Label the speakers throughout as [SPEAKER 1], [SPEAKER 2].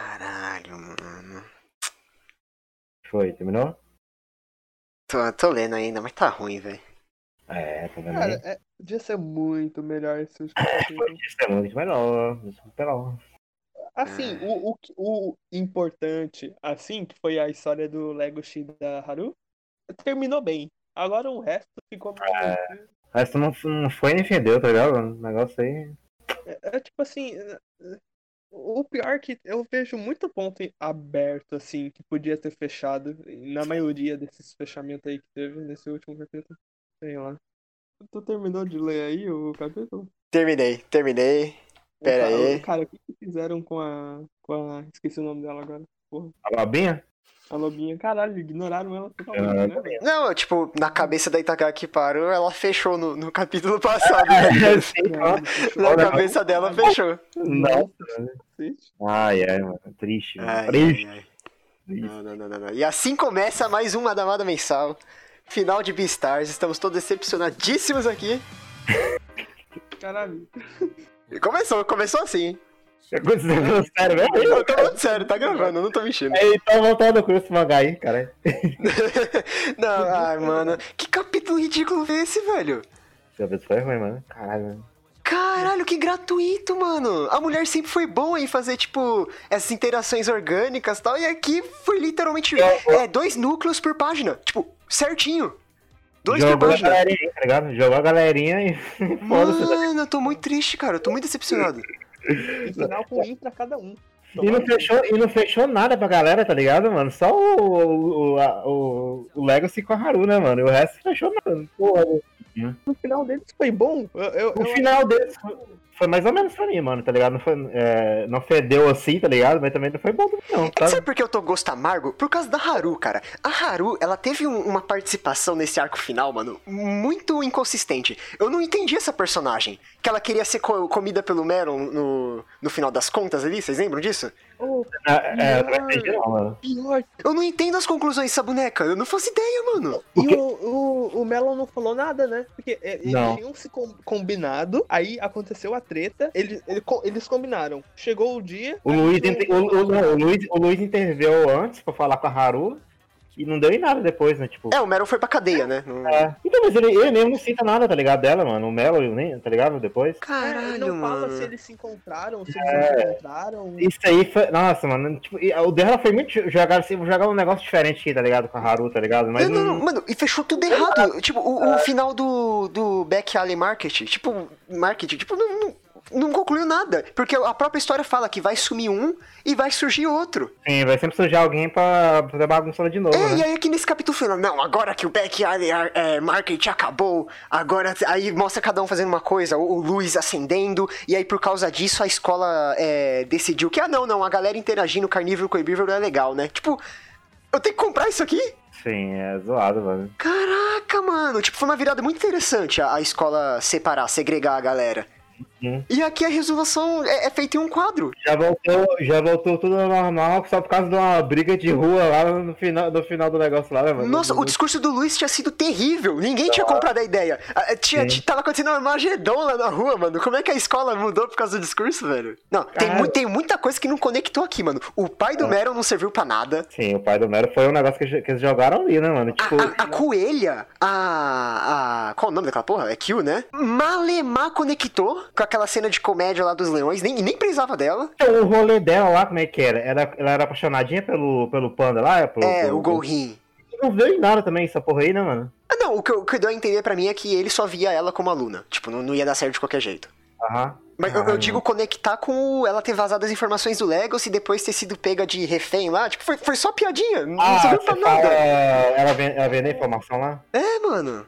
[SPEAKER 1] Caralho, mano.
[SPEAKER 2] Foi, terminou?
[SPEAKER 1] Tô, tô lendo ainda, mas tá ruim, velho.
[SPEAKER 2] É, tá vendo
[SPEAKER 3] Cara,
[SPEAKER 1] né?
[SPEAKER 2] aí?
[SPEAKER 3] é, podia ser muito melhor esse último capítulo.
[SPEAKER 2] Isso é muito melhor, isso é muito melhor.
[SPEAKER 3] Assim,
[SPEAKER 1] é.
[SPEAKER 3] o, o, que- o importante, assim, que foi a história do Lego Shida Haru, terminou bem. Agora o resto ficou
[SPEAKER 1] É.
[SPEAKER 3] meio-
[SPEAKER 2] Mas tu não, não foi nem fedeu, tá ligado? O negócio aí.
[SPEAKER 3] É, é tipo assim. é- é- O pior é que eu vejo muito ponto em- aberto, assim, que podia ter fechado na maioria desses fechamentos aí que teve nesse último capítulo. Sei lá. Tu terminou de ler aí o capítulo?
[SPEAKER 1] Terminei, terminei. Pera
[SPEAKER 3] Cara,
[SPEAKER 1] aí.
[SPEAKER 3] Cara, o que que fizeram com a. com a. Esqueci o nome dela agora.
[SPEAKER 2] A babinha?
[SPEAKER 3] A lobinha. Caralho, ignoraram ela totalmente,
[SPEAKER 2] Ah,
[SPEAKER 3] né, velho?
[SPEAKER 1] Não, eu, tipo, na cabeça da Itagaki parou, ela fechou no, no capítulo passado. né?
[SPEAKER 3] Não, fechou.
[SPEAKER 1] na
[SPEAKER 2] Olha,
[SPEAKER 1] cabeça dela fechou.
[SPEAKER 2] Não.
[SPEAKER 3] Cacete.
[SPEAKER 2] né? Ai, ai, mano. Triste, mano.
[SPEAKER 1] Ai,
[SPEAKER 2] Triste.
[SPEAKER 1] ai, ai.
[SPEAKER 2] triste.
[SPEAKER 1] Não, não, não, não, não. E assim começa mais uma Damada Mensal. Final de Beastars. Estamos todos decepcionadíssimos aqui.
[SPEAKER 3] Caralho.
[SPEAKER 1] E Começou, começou assim.
[SPEAKER 2] Aconteceu sério mesmo?
[SPEAKER 1] Eu tô falando sério, tá gravando, eu não tô mexendo.
[SPEAKER 2] Aí tá voltando com esse mangá aí, cara.
[SPEAKER 1] Não, ai, mano. Que capítulo ridículo foi esse, velho?
[SPEAKER 2] Essa vez foi ruim, mano. Caralho, mano.
[SPEAKER 1] Caralho, que gratuito, mano. A mulher sempre foi boa em fazer, tipo, essas interações orgânicas e tal. E aqui foi literalmente é, dois núcleos por página. Tipo, certinho. Dois por
[SPEAKER 2] Jogou a
[SPEAKER 1] página.
[SPEAKER 2] galerinha, tá ligado? Jogou a galerinha e foda-se.
[SPEAKER 1] Mano, eu tô muito triste, cara. Eu tô muito decepcionado.
[SPEAKER 3] E final ruim pra cada um.
[SPEAKER 2] E não, fechou, e não fechou nada pra galera, tá ligado, mano? Só o, o, o, a- o, o Legacy com a Haru, né, mano? E o resto fechou nada. Porra,
[SPEAKER 3] O final deles foi bom. Eu, eu,
[SPEAKER 2] o
[SPEAKER 3] eu-
[SPEAKER 2] final deles foi, foi mais ou menos pra mim, mano, tá ligado? Não, foi, é, não fedeu assim, tá ligado? Mas também não foi bom, também não, tá? sabe?
[SPEAKER 1] Sabe por que eu tô gosto amargo? Por causa da Haru, cara. A Haru, ela teve um- uma participação nesse arco final, mano, muito inconsistente. Eu não entendi essa personagem. Que ela queria ser co- comida pelo Meron no, no final das contas ali, vocês lembram disso?
[SPEAKER 3] Ô,
[SPEAKER 2] É, é, não vai feder não, mano.
[SPEAKER 3] pior.
[SPEAKER 1] Eu não entendo as conclusões dessa boneca. Eu não faço ideia, mano.
[SPEAKER 3] E o, o, o Melon não falou nada, né? Porque é, eles
[SPEAKER 2] Não.
[SPEAKER 3] tinham se com- combinado, aí aconteceu a treta, ele, ele co- eles combinaram. Chegou o dia.
[SPEAKER 2] O
[SPEAKER 3] aí
[SPEAKER 2] Luiz,
[SPEAKER 3] tinha um-
[SPEAKER 2] inte- o, o, não, o Luiz, o Luiz interveio antes pra falar com a Haru e não deu em nada depois, né? Tipo,
[SPEAKER 1] É, o Meron foi pra cadeia, né? Não-
[SPEAKER 2] é. Então, mas ele, ele mesmo não cita nada, tá ligado? Dela, mano. O Melo, nem, tá ligado? Depois.
[SPEAKER 3] É, ele
[SPEAKER 1] Caralho,
[SPEAKER 3] não fala se
[SPEAKER 1] mano.
[SPEAKER 3] eles se encontraram, se eles não se encontraram.
[SPEAKER 2] Isso aí foi. Nossa, mano. Tipo, e o dela foi muito jogar assim, vou jogar um negócio diferente aqui, tá ligado? Com a Haru, tá ligado? Mas
[SPEAKER 1] Não, não,
[SPEAKER 2] não.
[SPEAKER 1] não, mano, e fechou tudo errado. Tipo, o, o final do, do Back Alley Market, tipo, marketing, tipo, não, não, não concluiu nada. Porque a própria história fala que vai sumir um e vai surgir outro.
[SPEAKER 2] Sim, vai sempre surgir alguém pra fazer bagunça lá de novo,
[SPEAKER 1] É,
[SPEAKER 2] né?
[SPEAKER 1] e aí aqui nesse capítulo final, não, agora que o Back Alley Ar- é, Market acabou, agora aí mostra cada um fazendo uma coisa, o, o Luiz acendendo, e aí por causa disso a escola é, decidiu que, ah não, não, a galera interagindo carnívoro com herbívoro é legal, né? Tipo, eu tenho que comprar isso aqui?
[SPEAKER 2] Sim, é zoado, mano.
[SPEAKER 1] Caraca, mano, tipo, foi uma virada muito interessante a, a escola separar, segregar a galera.
[SPEAKER 2] Uhum.
[SPEAKER 1] E aqui a resolução é, é feita em um quadro.
[SPEAKER 2] Já voltou, já voltou tudo ao normal, só por causa de uma briga de rua lá no final, no final do negócio lá, né, mano?
[SPEAKER 1] Nossa, o discurso do Luiz tinha sido terrível. Ninguém tinha comprado a ideia. Ah, ah, Tinha,
[SPEAKER 2] Sim.
[SPEAKER 1] tava acontecendo uma Armagedon lá na rua, mano. Como é que a escola mudou por causa do discurso, velho? Não, tem,
[SPEAKER 2] Cara.
[SPEAKER 1] mu- tem muita coisa que não conectou aqui, mano. O pai do Meron não serviu pra nada.
[SPEAKER 2] Sim, o pai do Mero foi um negócio que, que eles jogaram ali, né, mano?
[SPEAKER 1] A,
[SPEAKER 2] Tipo,
[SPEAKER 1] a- a coelha, a, a. Qual o nome daquela porra? É Kill, né? Malemar conectou com aquela cena de comédia lá dos leões, nem, nem precisava dela.
[SPEAKER 2] então, o rolê dela lá, como é que era? Era- ela era apaixonadinha pelo, pelo panda lá? Pelo,
[SPEAKER 1] É,
[SPEAKER 2] pelo-
[SPEAKER 1] o Golrin.
[SPEAKER 2] Não deu em nada também essa porra aí, né, mano?
[SPEAKER 1] Ah, não, o que, eu- o que deu a entender pra mim é que ele só via ela como aluna. Tipo, não, não ia dar certo de qualquer jeito.
[SPEAKER 2] Aham.
[SPEAKER 1] Mas eu, eu
[SPEAKER 2] Caralho.
[SPEAKER 1] digo conectar com o- ela ter vazado as informações do Legos e depois ter sido pega de refém lá. Tipo, foi, foi só piadinha. Não
[SPEAKER 2] Ah,
[SPEAKER 1] serviu
[SPEAKER 2] você
[SPEAKER 1] pra
[SPEAKER 2] fala,
[SPEAKER 1] nada.
[SPEAKER 2] ela, vem, ela vendeu informação lá?
[SPEAKER 1] É, mano.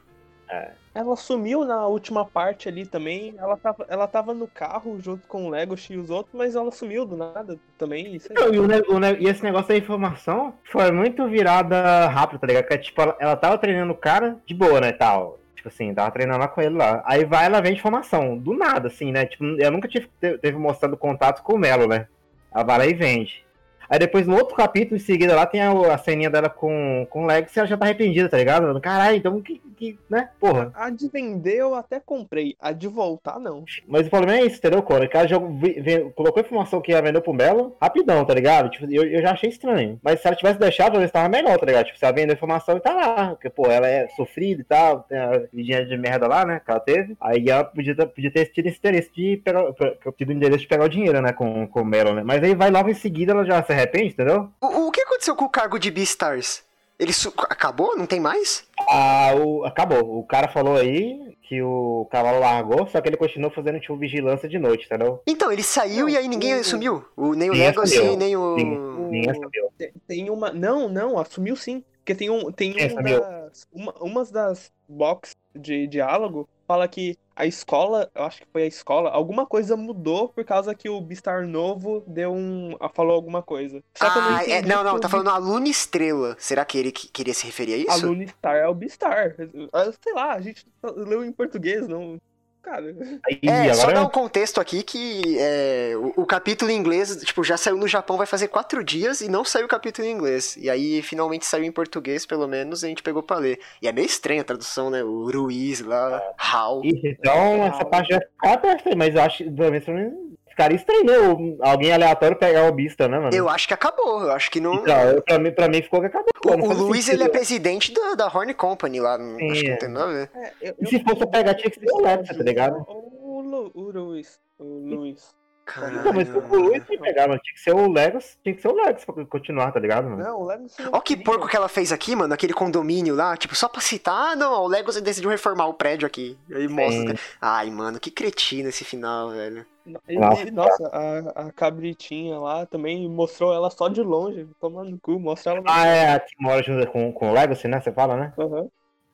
[SPEAKER 3] Ela sumiu na última parte ali também. Ela tava, ela tava no carro junto com o Lego e os outros, mas ela sumiu do nada também. Sei lá.
[SPEAKER 2] Não, e, o ne- o ne- e esse negócio da informação foi muito virada rápido, tá ligado? Que é tipo, ela, ela tava treinando o cara de boa, né, tal. Tipo assim, tava treinando lá com ele lá. Aí vai, ela vem informação, do nada, assim, né? Tipo, eu nunca tive, te- teve mostrado contato com o Melo, né? Ela vai lá e vende. Aí depois, no outro capítulo, em seguida, lá tem a, a ceninha dela com, com o Lex e ela já tá arrependida, tá ligado? Falando, Caralho, então que, que. né? Porra.
[SPEAKER 3] A de vender eu até comprei, a de voltar não.
[SPEAKER 2] Mas o problema é isso, entendeu, Cora? Que ela jogou, vi- vi- colocou a informação que ia vender pro Melo rapidão, tá ligado? Tipo, eu, eu já achei estranho. Mas se ela tivesse deixado, talvez tava melhor, tá ligado? Tipo, se ela vendeu a informação e tá lá. Porque, pô, ela é sofrida e tal, tem a vidinha de merda lá, né? Que ela teve. Aí ela podia, ter- podia ter tido esse interesse de pegar. pe- pe- Tido o endereço de pegar o dinheiro, né? Com, com o Melo, né? Mas aí vai logo em seguida, ela já se arrepende, entendeu?
[SPEAKER 1] O, o que aconteceu com o cargo de Beastars? Ele su- acabou? Não tem mais?
[SPEAKER 2] Ah, o, acabou. O cara falou aí que o cavalo largou, só que ele continuou fazendo, tipo, vigilância de noite, entendeu?
[SPEAKER 1] Então, ele saiu
[SPEAKER 3] Não,
[SPEAKER 1] e aí ninguém
[SPEAKER 3] o-
[SPEAKER 1] assumiu. O, nem o
[SPEAKER 2] Ninguém
[SPEAKER 1] Legacy,
[SPEAKER 2] assumiu.
[SPEAKER 1] nem o.
[SPEAKER 2] Ninguém. Ninguém
[SPEAKER 3] O-
[SPEAKER 2] sabia.
[SPEAKER 3] Te- Tem uma. Não, não, assumiu sim. Porque tem um. Tem
[SPEAKER 2] É,
[SPEAKER 3] um
[SPEAKER 2] assumiu.
[SPEAKER 3] das, uma, umas das box de diálogo fala que a escola, eu acho que foi a escola, alguma coisa mudou por causa que o Beastar novo deu um. ah, falou alguma coisa. Só que eu não
[SPEAKER 1] Ah, é-
[SPEAKER 3] entendi
[SPEAKER 1] não, não,
[SPEAKER 3] se
[SPEAKER 1] tá
[SPEAKER 3] o
[SPEAKER 1] falando aluno estrela. Será que ele que- queria se referir a
[SPEAKER 3] A
[SPEAKER 1] isso?
[SPEAKER 3] Luna Star é o Beastar. Ah, Sei lá, a gente só leu em português, não. Cara,
[SPEAKER 2] Aí,
[SPEAKER 1] É, só
[SPEAKER 2] agora
[SPEAKER 1] dar um contexto aqui que é, o, o capítulo em inglês, tipo, já saiu no Japão, vai fazer quatro dias e não saiu o capítulo em inglês. E aí finalmente saiu em português, pelo menos, e a gente pegou pra ler. E é meio estranha a tradução, né? O Ruiz lá,
[SPEAKER 2] É.
[SPEAKER 1] Hal.
[SPEAKER 2] Ixi, então essa parte vai ficar aberta aí, mas eu acho que pelo menos pra mim, ficaria estranho, né? O- Alguém aleatório pegar o Bista, né, mano?
[SPEAKER 1] Eu acho que acabou, eu acho que não.
[SPEAKER 2] Então, eu, pra, mim, pra mim ficou que acabou.
[SPEAKER 1] O,
[SPEAKER 2] não
[SPEAKER 1] o
[SPEAKER 2] faz
[SPEAKER 1] Luiz,
[SPEAKER 2] sentido.
[SPEAKER 1] ele é presidente da, da Horn Company lá, não-
[SPEAKER 2] Sim,
[SPEAKER 1] acho que
[SPEAKER 2] é.
[SPEAKER 1] não tem nada a ver.
[SPEAKER 3] é, eu,
[SPEAKER 2] E se fosse pra pegar, tinha que ser o Alexa, tá ligado?
[SPEAKER 3] O, Lu- o Luiz. O Luiz.
[SPEAKER 2] Não, mas
[SPEAKER 1] né?
[SPEAKER 2] o é um Luiz tem que pegar, mano. Tinha que ser o Legolas, tinha que ser o Legolas pra continuar, tá ligado, mano?
[SPEAKER 3] Não, o Legacy não
[SPEAKER 1] Ó que
[SPEAKER 3] queria.
[SPEAKER 1] porco que ela fez aqui, mano, aquele condomínio lá, tipo, só pra citar, ah, não, ó, o Legos decidiu reformar o prédio aqui. E aí mostra. Ai, mano, que cretino esse final, velho.
[SPEAKER 3] Não, né? e- e,
[SPEAKER 2] Nossa.
[SPEAKER 3] Nossa, a, a cabritinha lá também mostrou ela só de longe, tomando no cu, mostrou ela.
[SPEAKER 2] Ah, é a que mora junto com, com o Legolas, né? Você fala, né?
[SPEAKER 3] Aham.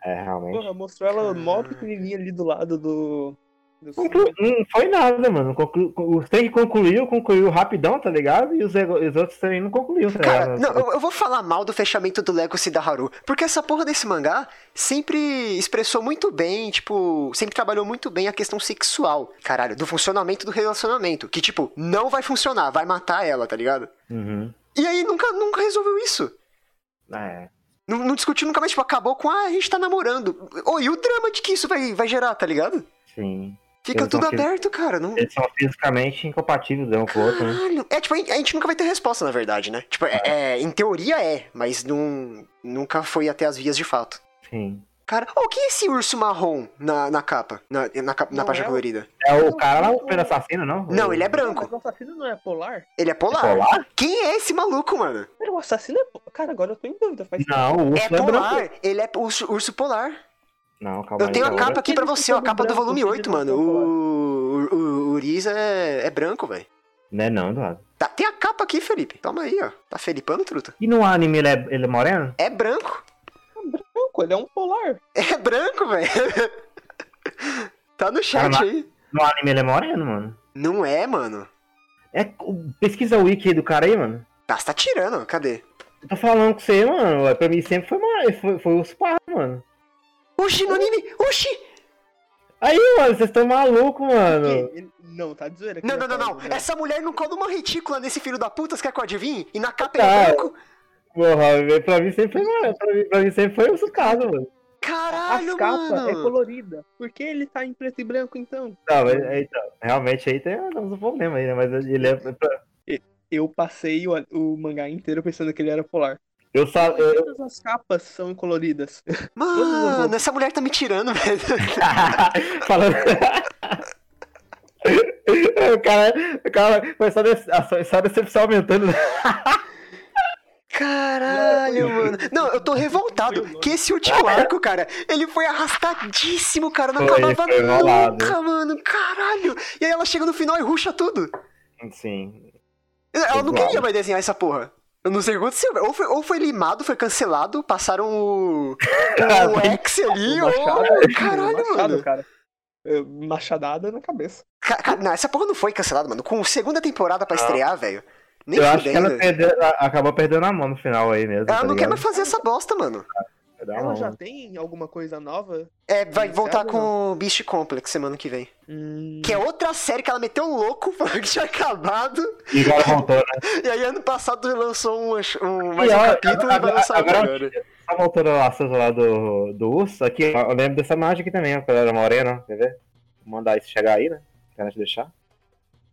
[SPEAKER 2] É, realmente.
[SPEAKER 3] Porra, mostrou ela mó
[SPEAKER 1] Caralho.
[SPEAKER 3] pequenininha ali do lado do.
[SPEAKER 1] Um
[SPEAKER 3] do
[SPEAKER 2] Conclu- Não foi nada, mano. Conclu... Os três que concluiu, concluiu rapidão, tá ligado? E os, ego- os outros também não concluiu, tá
[SPEAKER 1] Cara,
[SPEAKER 2] ligado?
[SPEAKER 1] não, eu, eu vou falar mal do fechamento do Legacy da Haru, porque essa porra desse mangá sempre expressou muito bem, tipo, sempre trabalhou muito bem a questão sexual, caralho, do funcionamento do relacionamento, que tipo, não vai funcionar, vai matar ela, tá ligado?
[SPEAKER 2] Uhum.
[SPEAKER 1] E aí nunca, nunca resolveu isso.
[SPEAKER 2] É.
[SPEAKER 1] Não, não discutiu nunca mais, tipo, acabou com, ah, a gente tá namorando. Ô, e o drama de que isso vai, vai gerar, tá ligado?
[SPEAKER 2] Sim.
[SPEAKER 1] Fica
[SPEAKER 2] Eles
[SPEAKER 1] tudo
[SPEAKER 2] não quis-
[SPEAKER 1] aberto, cara. Não...
[SPEAKER 2] Eles são fisicamente incompatíveis um com o outro, né?
[SPEAKER 1] Caralho. É, tipo, a gente a gente nunca vai ter resposta, na verdade, né? Tipo, é, é, em teoria é, mas não, nunca foi até as vias de fato.
[SPEAKER 2] Sim.
[SPEAKER 1] Cara, ô, quem é esse urso marrom na, na capa? Na, na, capa- na
[SPEAKER 3] Não
[SPEAKER 1] página
[SPEAKER 3] é o-
[SPEAKER 1] colorida?
[SPEAKER 2] É o
[SPEAKER 3] Não,
[SPEAKER 2] cara lá, o
[SPEAKER 3] não.
[SPEAKER 2] pelo assassino, não?
[SPEAKER 1] Não, ele é
[SPEAKER 3] Não,
[SPEAKER 1] branco.
[SPEAKER 3] mas o assassino não é polar?
[SPEAKER 1] Ele é polar.
[SPEAKER 2] Polar?
[SPEAKER 1] Quem é esse maluco, mano?
[SPEAKER 3] Pera, o assassino é. po- Cara, agora eu tô em dúvida. Faz
[SPEAKER 2] Não, o urso
[SPEAKER 1] É
[SPEAKER 2] não é branco.
[SPEAKER 1] polar. Ele é urso, urso polar.
[SPEAKER 2] Não, calma
[SPEAKER 1] Eu
[SPEAKER 2] aí.
[SPEAKER 1] tenho a
[SPEAKER 2] agora.
[SPEAKER 1] capa aqui pra você, ó. A capa do volume 8, mano. O, o, o Uriz é, é branco, velho.
[SPEAKER 2] Não é não, Eduardo.
[SPEAKER 1] Tá, tem a capa aqui, Felipe. Toma aí, ó. Tá felipando, truta?
[SPEAKER 2] E no anime ele é, ele é moreno?
[SPEAKER 1] É branco.
[SPEAKER 3] branco, ele é um polar.
[SPEAKER 1] É branco, velho. tá no chat
[SPEAKER 2] Cara,
[SPEAKER 1] aí.
[SPEAKER 2] No anime ele é moreno, mano.
[SPEAKER 1] Não é, mano.
[SPEAKER 2] É, o- pesquisa o wiki do cara aí, mano.
[SPEAKER 1] Tá, você tá tirando. Cadê?
[SPEAKER 2] Eu tô falando com você, mano. É, Pra mim sempre foi, more- foi, foi urso pardo, mano.
[SPEAKER 1] Oxi, no anime. Oxi.
[SPEAKER 2] Aí, mano, vocês estão malucos, mano.
[SPEAKER 3] Ele- ele- Não, tá de zoeira. que
[SPEAKER 1] Não,
[SPEAKER 3] ele
[SPEAKER 1] não,
[SPEAKER 3] é
[SPEAKER 1] não, não.
[SPEAKER 3] polar, né?
[SPEAKER 1] Essa mulher não cola uma retícula nesse filho da puta, você quer que eu adivinhe? E na capa
[SPEAKER 2] Tá.
[SPEAKER 1] é branco.
[SPEAKER 2] Porra, velho, pra mim sempre foi moreno. Pra mim, pra mim sempre foi urso pardo, mano.
[SPEAKER 1] Caralho,
[SPEAKER 3] A capa é
[SPEAKER 1] mano.
[SPEAKER 3] colorida. Por que ele tá em preto e branco então?
[SPEAKER 2] Não, mas, é, então, realmente aí tem temos um problema aí, né? Mas ele é.
[SPEAKER 3] Eu passei o, o mangá inteiro pensando que ele era polar.
[SPEAKER 2] Eu só. eu-
[SPEAKER 3] Todas as capas são coloridas.
[SPEAKER 1] Mano, essa mulher tá me tirando, velho.
[SPEAKER 2] Falando. É, o cara, o cara foi só, dece- a- só- só decepção aumentando. né?
[SPEAKER 1] Caralho, mano. Não, eu tô
[SPEAKER 3] Foi
[SPEAKER 1] revoltado
[SPEAKER 3] longe.
[SPEAKER 1] que esse último arco, cara, ele foi arrastadíssimo, cara. Não
[SPEAKER 2] Foi,
[SPEAKER 1] acabava
[SPEAKER 2] foi enrolado.
[SPEAKER 1] nunca, mano. Caralho. E aí ela chega no final e ruxa tudo.
[SPEAKER 2] Sim.
[SPEAKER 1] Ela não
[SPEAKER 2] Exato.
[SPEAKER 1] queria mais desenhar essa porra. Eu não sei o que aconteceu. velho. Ou foi, ou foi limado, foi cancelado, passaram o, o X ali, ou... Caralho,
[SPEAKER 3] é machado,
[SPEAKER 1] mano.
[SPEAKER 3] cara. É, Machadada na cabeça.
[SPEAKER 1] Ca- ca- Não, essa porra não foi cancelada, mano. Com segunda temporada pra
[SPEAKER 2] Não.
[SPEAKER 1] estrear, velho. Nem
[SPEAKER 2] Eu acho que ela
[SPEAKER 1] fudendo.
[SPEAKER 2] perdeu, a- acabou perdendo a mão no final aí
[SPEAKER 1] Ela
[SPEAKER 2] mesmo. tá
[SPEAKER 1] não quer
[SPEAKER 2] ligado?
[SPEAKER 1] mais fazer essa bosta, mano.
[SPEAKER 2] Cada
[SPEAKER 3] Ela
[SPEAKER 2] um.
[SPEAKER 3] já tem alguma coisa nova?
[SPEAKER 1] É, vai
[SPEAKER 3] Iniciado
[SPEAKER 1] voltar
[SPEAKER 3] ou
[SPEAKER 1] com o Beast Complex semana que vem.
[SPEAKER 3] Hum,
[SPEAKER 1] Que é outra série que ela meteu um louco, falou que tinha acabado.
[SPEAKER 2] E agora voltou, né?
[SPEAKER 1] E aí ano passado lançou um, um- mais um
[SPEAKER 2] E, ó,
[SPEAKER 1] capítulo e vai lançar
[SPEAKER 2] agora-
[SPEAKER 1] agora.
[SPEAKER 2] Só voltando ao assunto lá do, do urso, aqui, eu lembro dessa imagem aqui também, ó, quando ela era morena, ó, quer ver? Vou mandar isso chegar aí, né? Pra gente deixar.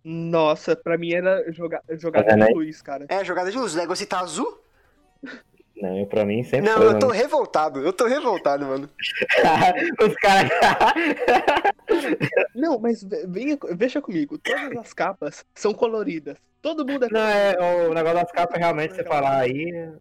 [SPEAKER 3] Nossa, pra mim era joga jogada
[SPEAKER 2] Tá vendo
[SPEAKER 3] de
[SPEAKER 2] aí?
[SPEAKER 3] luz, cara.
[SPEAKER 1] É, jogada de luz. O negócio tá azul?
[SPEAKER 2] Não, eu, pra mim sempre
[SPEAKER 1] Não,
[SPEAKER 2] foi,
[SPEAKER 1] eu tô
[SPEAKER 2] É mano.
[SPEAKER 1] revoltado. Eu tô revoltado, mano.
[SPEAKER 2] Os caras...
[SPEAKER 3] Não, mas ve- venha, co- veja comigo, todas as capas são coloridas. Todo mundo é
[SPEAKER 2] Não, é, o negócio das capas realmente, você falar aí,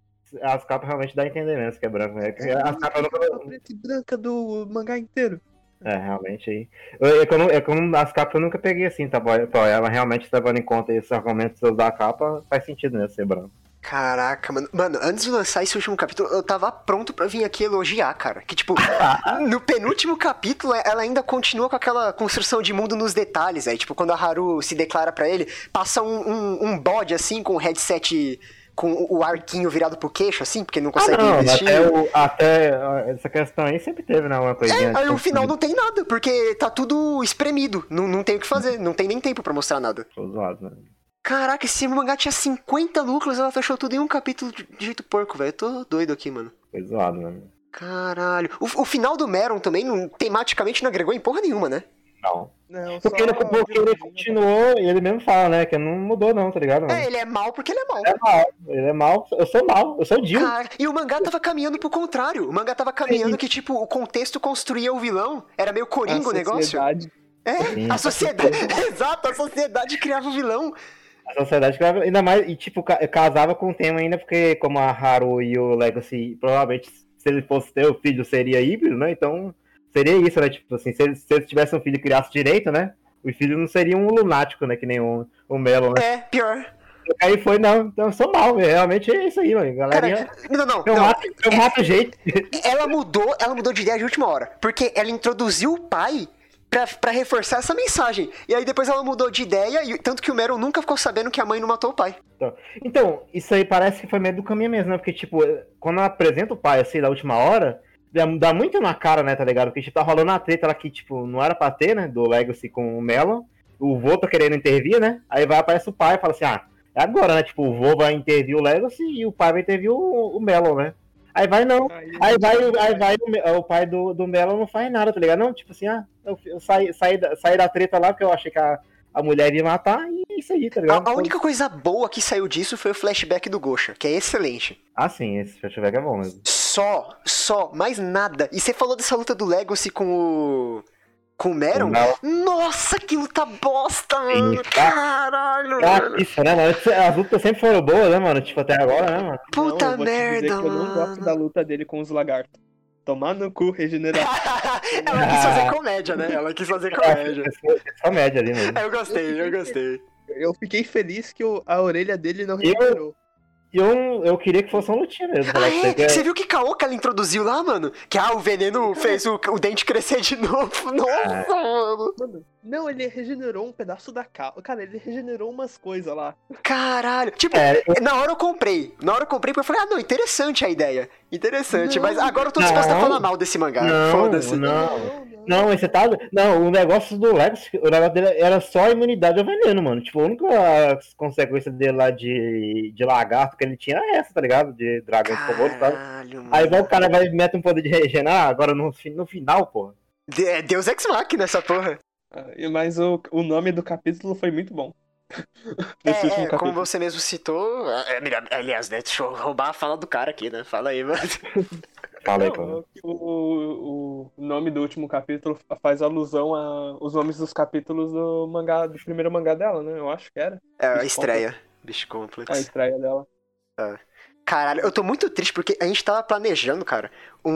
[SPEAKER 2] as capas realmente dá a entender mesmo que é branco. né? Que As capas
[SPEAKER 3] A
[SPEAKER 2] nunca...
[SPEAKER 3] preta e branca do mangá inteiro.
[SPEAKER 2] É, realmente aí. Eu, é que eu não- é que eu não- as capas eu nunca peguei assim, tá bom? Então, ela realmente levando em conta esses argumentos seus da capa, faz sentido mesmo ser branco.
[SPEAKER 1] Caraca, mano. Mano, antes de lançar esse último capítulo, eu tava pronto pra vir aqui elogiar, cara. Que, tipo,
[SPEAKER 2] Ah,
[SPEAKER 1] no penúltimo capítulo, é, ela ainda continua com aquela construção de mundo nos detalhes. Aí, tipo, quando a Haru se declara pra ele, passa um, um, um bode, assim, com o headset, com o- o arquinho virado pro queixo, assim, porque não consegue
[SPEAKER 2] Ah, não,
[SPEAKER 1] investir.
[SPEAKER 2] até, o- até, ó, essa questão aí sempre teve, né? Uma coisinha.
[SPEAKER 1] É, aí
[SPEAKER 2] tipo,
[SPEAKER 1] o final não tem nada, porque tá tudo espremido. Não, não tem o que fazer, não tem nem tempo pra mostrar nada.
[SPEAKER 2] tô zoado, né?
[SPEAKER 1] Caraca, esse mangá tinha 50 lucros, ela fechou tudo em um capítulo de de jeito porco, velho. Eu tô doido aqui, mano.
[SPEAKER 2] Foi zoado, né?
[SPEAKER 1] Caralho. O, o final do Meron também, não- tematicamente, não agregou em porra nenhuma, né?
[SPEAKER 2] Não.
[SPEAKER 3] Não,
[SPEAKER 2] Porque, ele,
[SPEAKER 3] só
[SPEAKER 2] porque
[SPEAKER 1] um
[SPEAKER 2] ele
[SPEAKER 3] de-
[SPEAKER 2] continuou, e ele mesmo fala, né? Que não mudou, não, tá ligado? mano?
[SPEAKER 1] É, ele é mal porque ele é mal.
[SPEAKER 2] Ele é mal, ele é mal, eu sou mal, eu sou Jill.
[SPEAKER 1] Cara, e o mangá tava caminhando pro contrário. O mangá tava caminhando que, tipo, o contexto construía o vilão. Era meio
[SPEAKER 2] tipo
[SPEAKER 3] A
[SPEAKER 1] coringa o negócio.
[SPEAKER 3] sociedade.
[SPEAKER 1] É, a sociedade. Exato, a sociedade criava o vilão.
[SPEAKER 2] A sociedade que leva- ainda mais, e tipo, ca- casava com o tema ainda, porque como a Haru e o Legacy, provavelmente, se ele fosse ter o filho, seria híbrido, né? Então, seria isso, né? Tipo assim, se ele, se ele tivesse um filho e criasse direito, né? O filho não seria um lunático, né? Que nem o, o Melo, né?
[SPEAKER 1] É, pior.
[SPEAKER 2] Aí foi, não, então eu sou mal, realmente é isso aí, mano. Galerinha,
[SPEAKER 1] Cara, não, não, é
[SPEAKER 2] eu,
[SPEAKER 1] não.
[SPEAKER 2] mato, eu mato gente.
[SPEAKER 1] Ela mudou, ela mudou de ideia de última hora. Porque ela introduziu o pai pra, pra reforçar essa mensagem. E aí depois ela mudou de ideia, e tanto que o Meron nunca ficou sabendo que a mãe não matou o pai.
[SPEAKER 2] Então, isso aí parece que foi meio do caminho mesmo, né? Porque, tipo, quando ela apresenta o pai, assim, da última hora, dá- dá muito na cara, né, tá ligado? Porque, tipo, tá rolando a treta lá que, tipo, não era pra ter, né? Do Legacy com o Melon. O vô tá querendo intervir, né? Aí vai, aparece o pai e fala assim, ah, é agora, né? Tipo, o vô vai intervir o Legacy e o pai vai intervir o, o Melon, né? Aí vai, não.
[SPEAKER 3] Aí,
[SPEAKER 2] Aí vai, aí vai o, Me- o pai do, do Melon não faz nada, tá ligado? Não, tipo assim, ah, eu, eu saí, saí, da, saí da treta lá porque eu achei que a, a mulher ia matar e é isso aí, tá ligado?
[SPEAKER 1] A, a única coisa boa que saiu disso foi o flashback do Gosha, que é excelente.
[SPEAKER 2] Ah, sim, esse flashback é bom mesmo.
[SPEAKER 1] Só, só, mais nada. E você falou dessa luta do Legacy com o. Com o Meron?
[SPEAKER 2] Não.
[SPEAKER 1] Nossa, que luta bosta, mano!
[SPEAKER 2] tá.
[SPEAKER 1] Caralho!
[SPEAKER 2] Ah,
[SPEAKER 1] mano.
[SPEAKER 2] isso, né, mano? As lutas sempre foram boas, né, mano? Tipo, até agora, né, mano?
[SPEAKER 1] Puta
[SPEAKER 3] não, eu vou te dizer
[SPEAKER 1] merda,
[SPEAKER 3] que Eu não gosto da
[SPEAKER 1] mano!
[SPEAKER 3] luta dele com os lagartos. Tomar no cu, regenerar.
[SPEAKER 2] Tá.
[SPEAKER 1] Ela quis fazer comédia, né? Ela quis fazer comédia.
[SPEAKER 2] É só média ali, mano.
[SPEAKER 1] Eu gostei, eu gostei.
[SPEAKER 3] Eu fiquei feliz que o- a orelha dele não
[SPEAKER 2] Eu-
[SPEAKER 3] regenerou.
[SPEAKER 2] E eu, eu queria que fosse uma lutinha mesmo.
[SPEAKER 1] Ah,
[SPEAKER 2] falar pra você, que
[SPEAKER 1] é? Você viu que caô que ela introduziu lá, mano? Que ah, o veneno fez o, o dente crescer de novo. Nossa, mano!
[SPEAKER 3] Mano, não, ele regenerou um pedaço da capa. Cara, ele regenerou umas coisas lá.
[SPEAKER 1] Caralho! Tipo,
[SPEAKER 2] É, eu-
[SPEAKER 1] Na hora eu comprei. Na hora eu comprei porque eu falei, ah, não, interessante a ideia. Interessante,
[SPEAKER 3] Não.
[SPEAKER 1] mas agora eu tô disposto a
[SPEAKER 2] Não.
[SPEAKER 1] falar mal desse mangá. Foda-se.
[SPEAKER 2] não, não.
[SPEAKER 3] não.
[SPEAKER 2] Não, esse tá. Não, o negócio do Lex, o negócio dele era só a imunidade ao veneno, mano. Tipo, a única consequência dele lá de, de lagarto que ele tinha era essa, tá ligado? De dragão de fogo, sabe?
[SPEAKER 1] Caralho, mano.
[SPEAKER 2] Aí vai o cara vai e mete um poder de regenerar, agora no, fi- no final, porra.
[SPEAKER 1] De- é Deus Ex Machina essa porra.
[SPEAKER 3] Ah, e- Mas o, o nome do capítulo foi muito bom.
[SPEAKER 1] É,
[SPEAKER 3] Desse último
[SPEAKER 1] é, como
[SPEAKER 3] capítulo.
[SPEAKER 1] você mesmo citou. É, melhor, aliás, né, deixa eu roubar a fala do cara aqui, né? Fala aí, mano.
[SPEAKER 2] Fala aí,
[SPEAKER 3] Não,
[SPEAKER 2] porra.
[SPEAKER 3] o, o- o nome do último capítulo faz alusão a- aos nomes dos capítulos do mangá, do primeiro mangá dela, né? Eu acho que era.
[SPEAKER 1] É, a
[SPEAKER 3] Bicho
[SPEAKER 1] estreia. Bicho complexo.
[SPEAKER 3] A estreia dela.
[SPEAKER 1] Caralho, eu tô muito triste porque a gente tava planejando, cara, um,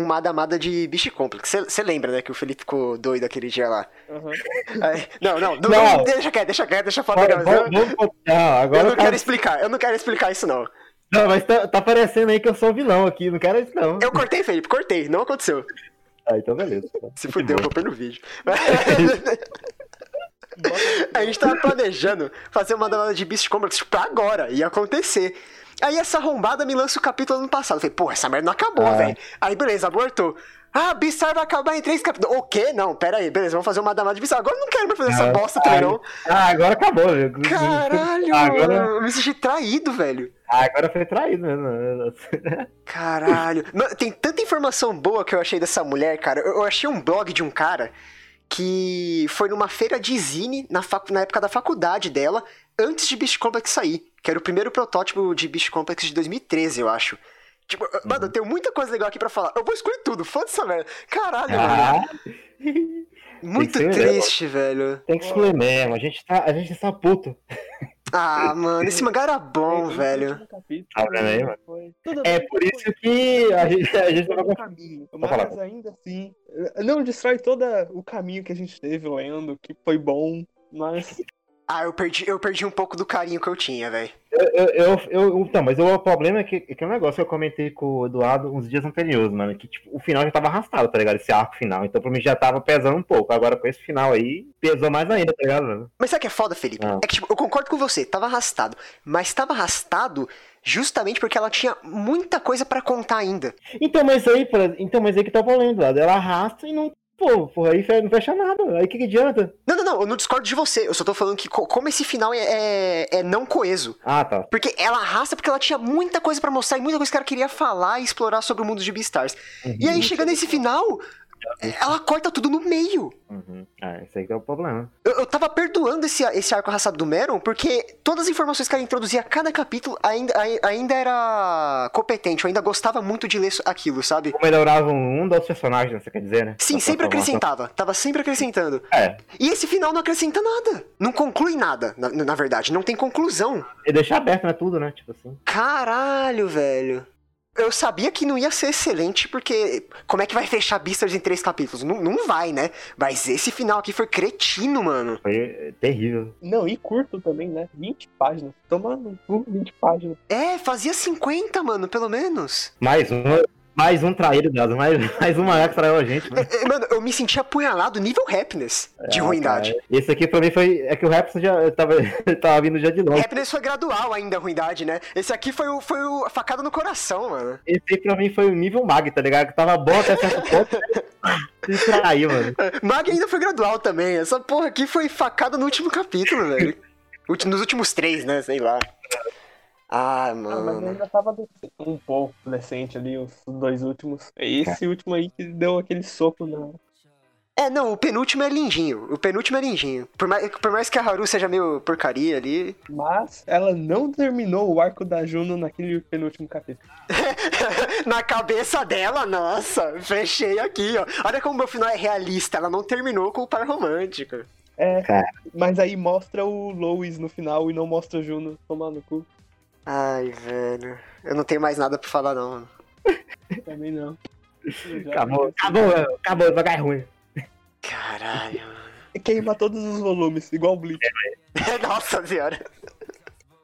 [SPEAKER 1] um mada-mada de bicho complexo. Você lembra, né, que o Felipe ficou doido aquele dia lá?
[SPEAKER 3] Aham.
[SPEAKER 1] Aí- não, não, não,
[SPEAKER 2] Não.
[SPEAKER 1] não, deixa quieto, deixa quieto, deixa eu falar. não,
[SPEAKER 2] Fala, vamos- vamos botar-
[SPEAKER 1] Eu
[SPEAKER 2] Agora
[SPEAKER 1] não
[SPEAKER 2] o cara
[SPEAKER 1] quero explicar, eu não quero explicar isso não.
[SPEAKER 2] Não, mas tá, tá parecendo aí que eu sou vilão aqui, não quero isso não.
[SPEAKER 1] Eu cortei, Felipe, cortei, não aconteceu.
[SPEAKER 2] Ah, então beleza.
[SPEAKER 1] Se fudeu,
[SPEAKER 2] bom.
[SPEAKER 1] vou pôr no vídeo.
[SPEAKER 3] Bota-
[SPEAKER 1] a gente tava planejando fazer uma danada de Beast Complex pra agora, ia acontecer. Aí essa arrombada me lança o capítulo ano passado. Eu falei, pô, essa merda não acabou,
[SPEAKER 2] Ah.
[SPEAKER 1] velho. Aí, beleza, abortou. Ah, Bissar vai acabar em três capítulos. O quê? Não, pera aí, beleza, vamos fazer uma damada de Bissar. Agora eu não quero mais fazer essa
[SPEAKER 2] Ah,
[SPEAKER 1] bosta também, não.
[SPEAKER 2] Ah, agora acabou, viu?
[SPEAKER 1] Caralho,
[SPEAKER 2] Ah,
[SPEAKER 1] mano,
[SPEAKER 2] agora,
[SPEAKER 1] eu me senti traído, velho.
[SPEAKER 2] ah, agora foi traído mesmo.
[SPEAKER 1] Caralho. Mano, tem tanta informação boa que eu achei dessa mulher, cara. Eu eu achei um blog de um cara que foi numa feira de zine na, facu- na época da faculdade dela, antes de Beast Complex sair. Que era o primeiro protótipo de Beast Complex de 2013, eu acho. Tipo, mano,
[SPEAKER 2] Uhum.
[SPEAKER 1] eu tenho muita coisa legal aqui pra falar. Eu vou excluir tudo, foda-se essa merda. Caralho, mano.
[SPEAKER 2] Ah,
[SPEAKER 1] Muito
[SPEAKER 2] tem que ser né?
[SPEAKER 1] triste, velho.
[SPEAKER 2] tem que excluir mesmo. A gente tá, a gente tá puto.
[SPEAKER 1] Ah, mano, esse mangá era bom,
[SPEAKER 3] Esse
[SPEAKER 1] velho.
[SPEAKER 3] último capítulo
[SPEAKER 2] Ah, peraí, mano.
[SPEAKER 3] foi- Tudo
[SPEAKER 2] É
[SPEAKER 3] bem,
[SPEAKER 2] por
[SPEAKER 3] foi-
[SPEAKER 2] isso que a gente, É, a gente
[SPEAKER 3] todo
[SPEAKER 2] tava
[SPEAKER 3] o caminho. Mas
[SPEAKER 2] falar.
[SPEAKER 3] ainda assim, eh, não destrói todo o caminho que a gente teve lendo, que foi bom, mas
[SPEAKER 1] Ah, eu perdi, eu perdi um pouco do carinho que eu tinha, velho.
[SPEAKER 2] Eu, eu, eu, então, mas o problema é que, é que é um negócio que eu comentei com o Eduardo uns dias anteriores, mano, que tipo, o final já tava arrastado, tá ligado? Esse arco final. Então, pra mim, já tava pesando um pouco. Agora, com esse final aí, pesou mais ainda, tá ligado? mano?
[SPEAKER 1] Mas sabe o que é foda, Felipe?
[SPEAKER 2] Ah.
[SPEAKER 1] É que, tipo, eu concordo com você, tava arrastado. Mas tava arrastado justamente porque ela tinha muita coisa pra contar ainda.
[SPEAKER 2] Então, mas aí, por ex- então, mas aí que tá valendo, Eduardo. Ela arrasta e não. Pô, porra, aí fe- não fecha nada. Aí o que, que adianta?
[SPEAKER 1] Não, não, não, eu não discordo de você. Eu só tô falando que co- como esse final é, é- é não coeso.
[SPEAKER 2] Ah, tá.
[SPEAKER 1] Porque ela arrasta porque ela tinha muita coisa pra mostrar e muita coisa que ela queria falar e explorar sobre o mundo de Beastars. E aí, chegando nesse final, ela corta tudo no meio.
[SPEAKER 2] Uhum. Ah, esse aí que é o problema.
[SPEAKER 1] Eu, eu tava perdoando esse, esse arco arrastado do Meron, porque todas as informações que ela introduzia a cada capítulo ainda, ai- ainda era competente, eu ainda gostava muito de ler isso- aquilo, sabe?
[SPEAKER 2] Ou melhorava um dos personagens, você quer dizer, né?
[SPEAKER 1] Sim,
[SPEAKER 2] Essa
[SPEAKER 1] sempre
[SPEAKER 2] transformação.
[SPEAKER 1] acrescentava, tava sempre acrescentando.
[SPEAKER 2] É,
[SPEAKER 1] E esse final não acrescenta nada, não conclui nada, na, na verdade, não tem conclusão.
[SPEAKER 2] e deixar aberto, né? Tudo, né? Tipo assim.
[SPEAKER 1] Caralho, velho. Eu sabia que não ia ser excelente, porque como é que vai fechar Beastars em três capítulos? Não, não vai, né? Mas esse final aqui foi cretino, mano.
[SPEAKER 2] Foi eh, terrível.
[SPEAKER 3] não, e curto também, né? 20 páginas. Toma no cu, 20 páginas.
[SPEAKER 1] É, fazia 50, mano, pelo menos.
[SPEAKER 2] Mais um, mais um traído, Deus. Mais, mais um maior que traiu a gente, né?
[SPEAKER 1] É, Mano, eu me senti apunhalado nível happiness de ruindade.
[SPEAKER 2] Ah, Esse aqui pra mim foi. É que o Rapson já tava, tava vindo já de longe.
[SPEAKER 1] Happiness foi gradual ainda, a ruindade, né? Esse aqui foi, o, foi o, a facada no coração, mano.
[SPEAKER 2] Esse aí pra mim foi o nível mag, tá ligado? Que tava bom até certo ponto. Se traiu, mano.
[SPEAKER 1] Mag ainda foi gradual também. Essa porra aqui foi facada no último capítulo, velho. Ulti- Nos últimos três, né? Sei lá. Ah,
[SPEAKER 3] Ah, mas
[SPEAKER 1] mano.
[SPEAKER 3] ainda tava dec- um pouco decente ali, os dois últimos. É esse último aí que deu aquele soco na.
[SPEAKER 1] É, não, o penúltimo é lindinho. O penúltimo é lindinho. Por mais, por mais que a Haru seja meio porcaria ali.
[SPEAKER 3] Mas ela não terminou o arco da Juno naquele penúltimo capítulo.
[SPEAKER 1] Na cabeça dela, nossa, fechei aqui, ó. Olha como meu final é realista. Ela não terminou com o par romântico.
[SPEAKER 3] Mas aí mostra o Lois no final e não mostra a Juno. Toma no cu.
[SPEAKER 1] Ai, velho. Eu não tenho mais nada pra falar, não, mano.
[SPEAKER 3] Também não. Eu já-
[SPEAKER 2] Acabou, acabou, mano. acabou, vai cair ruim.
[SPEAKER 1] Caralho.
[SPEAKER 3] Queima todos os volumes, igual o Bleach.
[SPEAKER 1] Nossa senhora.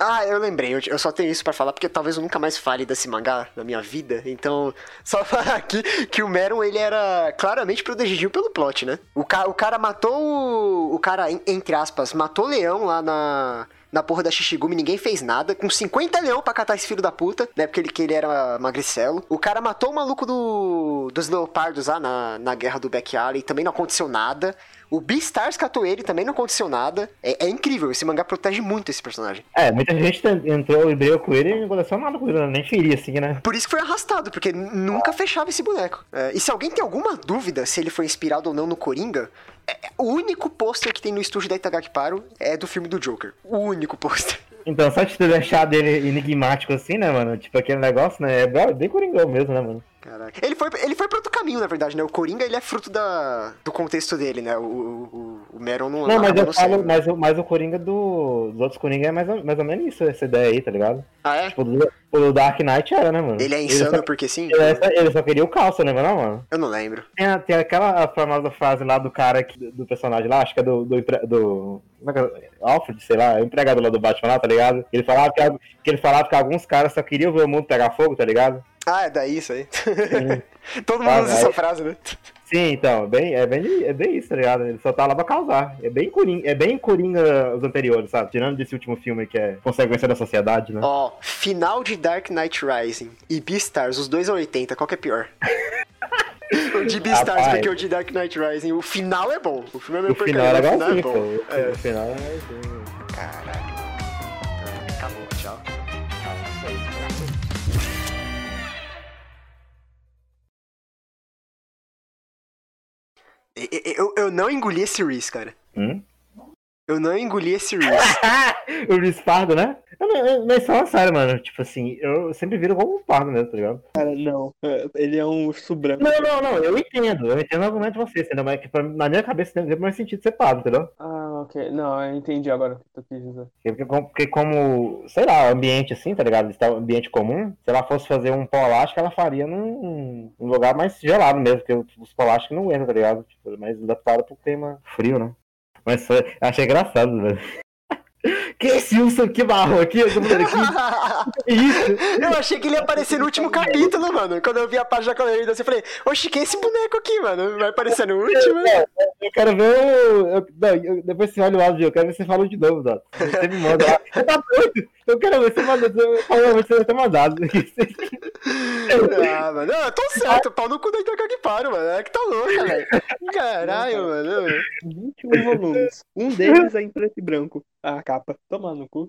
[SPEAKER 1] Ah, eu lembrei, eu- eu só tenho isso pra falar, porque talvez eu nunca mais fale desse mangá na minha vida. Então, só falar aqui que o Meron, ele era claramente protegido pelo plot, né? O, ca o cara matou o... o cara, en- entre aspas, matou o leão lá na... Na porra da Shishigumi, ninguém fez nada. Com 50 leão pra catar esse filho da puta, né? Porque ele, que ele era magricelo. O cara matou o maluco do, dos leopardos lá na, na guerra do Back Alley. Também não aconteceu nada. O Beastars catou ele, também não aconteceu nada. É, é incrível, esse mangá protege muito esse personagem.
[SPEAKER 2] É, muita gente ten- entrou e brigou com ele e não aconteceu nada com ele, né? nem feria assim, né?
[SPEAKER 1] Por isso que foi arrastado, porque n- nunca fechava esse boneco. É, e se alguém tem alguma dúvida se ele foi inspirado ou não no Coringa, é- é- o único pôster que tem no estúdio da Itagaki Paro é do filme do Joker. O único pôster.
[SPEAKER 2] Então, só de ter deixado ele enigmático assim, né, mano? Tipo aquele negócio, né? É bem bem coringão mesmo, né, mano?
[SPEAKER 1] Caraca. Ele foi, ele foi pra outro caminho, na verdade, né? O Coringa, ele é fruto da, do contexto dele, né? O, o, o- o Meron não... é
[SPEAKER 2] Não, mas
[SPEAKER 1] acabou
[SPEAKER 2] eu falo,
[SPEAKER 1] sendo.
[SPEAKER 2] mas, o- mas o Coringa do, dos outros Coringa é mais ou, mais ou menos isso, essa ideia aí, tá ligado?
[SPEAKER 1] Ah, é?
[SPEAKER 2] Tipo, do- o do Dark Knight era, né, mano?
[SPEAKER 1] Ele é
[SPEAKER 2] só-
[SPEAKER 1] insano porque sim?
[SPEAKER 2] Ele, é só- ele só queria o calça, lembra não, mano?
[SPEAKER 1] Eu não lembro.
[SPEAKER 2] Tem, a- É, tem aquela famosa frase lá do cara, que, do personagem lá, acho que é do, do, empre- do- como é que é? Alfred, sei lá, o empregado lá do Batman lá, tá ligado? Ele falava que, al- que ele falava que alguns caras só queriam ver o mundo pegar fogo, tá ligado?
[SPEAKER 1] Ah, é daí isso aí.
[SPEAKER 2] Sim.
[SPEAKER 1] Todo mundo
[SPEAKER 2] Ah,
[SPEAKER 1] usa
[SPEAKER 2] vai.
[SPEAKER 1] essa frase, né?
[SPEAKER 2] Sim, Sim, então, é bem, é, bem, é bem isso, tá ligado? Ele só tá lá pra causar. É bem Coringa, é bem Coringa os anteriores, sabe? Tirando desse último filme que é consequência da sociedade, né?
[SPEAKER 1] Ó, final de Dark Knight Rising e Beastars, os dois são 80, qual que é pior? o de Beastars,
[SPEAKER 2] Rapaz.
[SPEAKER 1] porque o de Dark Knight Rising, o final é bom. O filme é meio
[SPEAKER 2] O final era
[SPEAKER 1] porcaria, mas o
[SPEAKER 2] igualzinho,
[SPEAKER 1] final é
[SPEAKER 2] pô.
[SPEAKER 1] bom. É.
[SPEAKER 2] O final era igualzinho.
[SPEAKER 1] Caralho. Ah, Acabou, tchau. E- e- Eu, eu não engoli esse Reese, cara.
[SPEAKER 2] Hum?
[SPEAKER 1] Eu não engoli esse Reese.
[SPEAKER 2] o Luiz Pardo, né? Eu não- eu- Mas só uma sério, mano. Tipo assim, eu sempre viro como um pardo mesmo, tá ligado?
[SPEAKER 3] Cara, não. É, Ele é um urso branco.
[SPEAKER 2] Não, não, não, eu entendo. Eu entendo o argumento de vocês, entendeu? Mas é que pra- na minha cabeça tem tem mais sentido ser pardo, entendeu?
[SPEAKER 3] Ah, ok. Não, eu entendi agora o que tu quis dizer.
[SPEAKER 2] Porque, como- porque como, sei lá, ambiente assim, tá ligado? Esse tal ambiente comum, se ela fosse fazer um polacho, ela faria num, num lugar mais gelado mesmo, porque os polachos que não aguentam, tá ligado? Tipo, mas adaptaram pro clima frio, né? Mas foi, achei engraçado, velho. que esse Wilson que barro aqui, esse moleque, que isso?
[SPEAKER 1] eu achei que ele ia aparecer no último capítulo, mano. Quando eu vi a página colorida, assim, eu falei, oxe, que é esse boneco aqui, mano? Vai aparecer no último? né?"
[SPEAKER 2] É, Eu quero ver o. eu- não, eu- depois você olha o áudio, eu quero ver você falando de novo, Dato. Você me manda lá. Você tá doido? Eu quero ver você mandando. Eu- Provavelmente você vai ter mandado.
[SPEAKER 1] Ah, mano, eu tô certo, pau no cu da Itaca que paro, mano. É que tá louca, velho. Caralho, mano.
[SPEAKER 3] 21 volumes. Um deles é em preto e branco. Ah, a capa. Toma no cu.